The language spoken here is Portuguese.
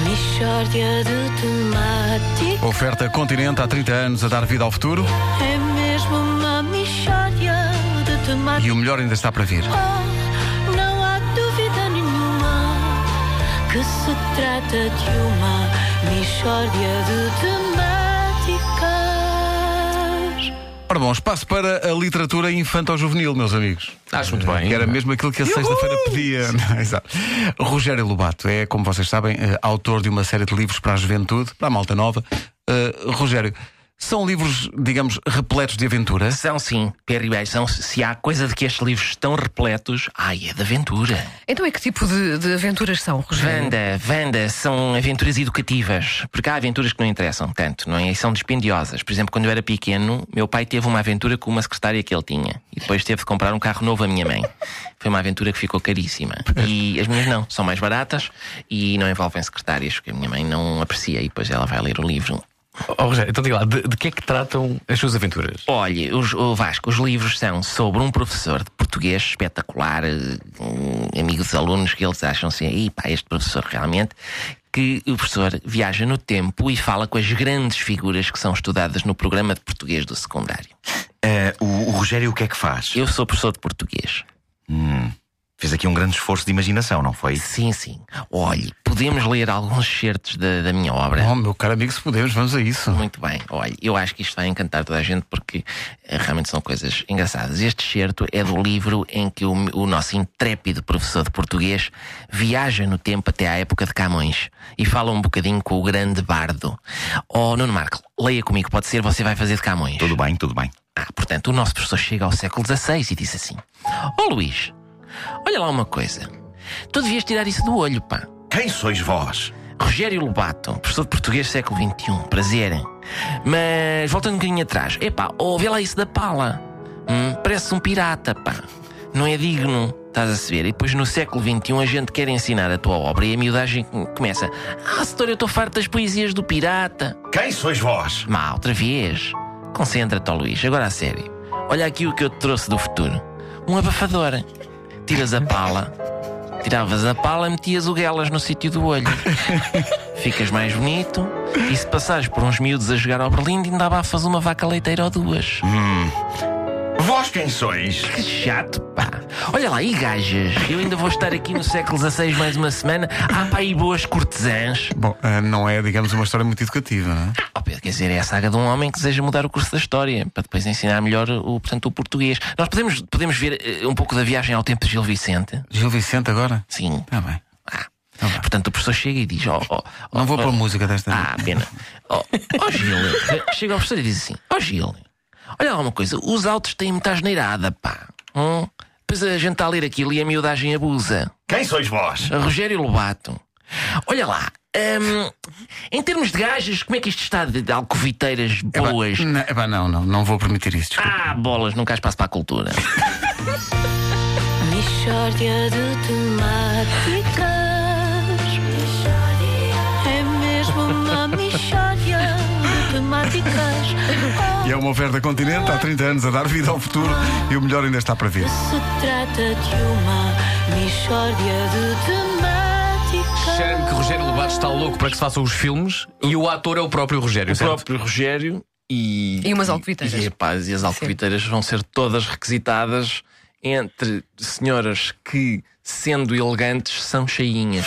Mixórdia de temática. Oferta Continente há 30 anos a dar vida ao futuro É mesmo uma mixórdia de temática. e o melhor ainda está para vir. Oh, não há dúvida nenhuma que se trata de uma mixórdia de temáticas. Ora bom, espaço para a literatura infanto-juvenil, meus amigos. Acho muito bem. Que era mesmo aquilo que a sexta-feira pedia. é? Exato. Rogério Lobato é, como vocês sabem, eh, autor de uma série de livros para a juventude, para a malta nova. Eh, Rogério, são livros, digamos, repletos de aventura? São sim, Pedro Ribeiro, são, se há coisa de que estes livros estão repletos, ai, é de aventura. Então é que tipo de, de aventuras são, Rogério? Vanda, Vanda, são aventuras educativas, porque há aventuras que não interessam tanto, não é? E são dispendiosas. Por exemplo, quando eu era pequeno, meu pai teve uma aventura com uma secretária que ele tinha e depois teve de comprar um carro novo à minha mãe. Foi uma aventura que ficou caríssima. E as minhas não, são mais baratas e não envolvem secretárias, que a minha mãe não aprecia e depois ela vai ler o livro Oh, Rogério, então diga lá, de, de que é que tratam as suas aventuras? Olha, os, o Vasco, os livros são sobre um professor de português espetacular, eh, hum, amigo dos alunos que eles acham assim, "Ih, pá, este professor realmente. Que o professor viaja no tempo e fala com as grandes figuras que são estudadas no programa de português do secundário. Eh, o, o Rogério o que é que faz? Eu sou professor de português. Fez aqui um grande esforço de imaginação, não foi? Sim, sim. Olhe, podemos ler alguns certos da, da minha obra. Oh, meu caro amigo, se podemos, vamos a isso. Muito bem, olha, eu acho que isto vai encantar toda a gente porque eh, realmente são coisas engraçadas. Este certo é do livro em que o, o nosso intrépido professor de português viaja no tempo até à época de Camões e fala um bocadinho com o grande bardo. Oh, Nuno Marco, leia comigo, pode ser, você vai fazer de Camões. Tudo bem, tudo bem. Ah, portanto, o nosso professor chega ao século XVI e diz assim: Ó Luís, olha lá uma coisa, tu devias tirar isso do olho, pá. Quem sois vós? Rogério Lobato, professor de português século XXI, prazer. Mas voltando um bocadinho atrás, epá, oh, vê lá isso da pala. Hum, parece um pirata, pá. Não é digno, estás a saber. E depois no século XXI a gente quer ensinar a tua obra e a miudagem começa. Ah, setor, eu estou farto das poesias do pirata. Quem sois vós? Má, outra vez. Concentra-te, ó Luís, agora a sério. Olha aqui o que eu te trouxe do futuro: um abafador. Tiras a pala, tiravas a pala e metias o guelas no sítio do olho. Ficas mais bonito e se passares por uns miúdos a jogar ao Berlim, ainda abafas uma vaca leiteira ou duas. Vós quem sois? Que chato, pá. Olha lá, e gajas? Eu ainda vou estar aqui no século XVI mais uma semana. Há pá aí boas cortesãs. Bom, eh, não é, digamos, uma história muito educativa, não é? Oh, Pedro, quer dizer, é a saga de um homem que deseja mudar o curso da história para depois ensinar melhor o, portanto, o português. Nós podemos, podemos ver eh, um pouco da viagem ao tempo de Gil Vicente? Gil Vicente agora? Sim. Está bem. Ah. Portanto, o professor chega e diz: Ó, ó, ó, Não vou ó, pôr um música desta Ah, pena. Ó, ó, Gil. Chega ao professor e diz assim: Ó Gil, olha lá uma coisa, os autos têm muita asneirada, pá. Hum? Depois a gente está a ler aquilo e a miudagem abusa. Quem sois vós? A Rogério Lobato. Olha lá. hum, em termos de gajas, como é que isto está de, de alcoviteiras Epá, boas? n- epá, não, não, não vou permitir isso. desculpa. Ah, bolas, nunca há espaço para a cultura. Mixórdia de temáticas. É mesmo uma mixórdia de temáticas. Oh, E é uma oferta Continente há 30 anos a dar vida ao futuro e o melhor ainda está para vir. se trata de uma mixórdia de temáticas. Cheira-me que Rogério Lobato está louco para que se façam os filmes e o ator é o próprio Rogério, o certo? próprio Rogério e. E umas alcoviteiras. E, epá, e as alcoviteiras vão ser todas requisitadas entre senhoras que, sendo elegantes, são cheinhas.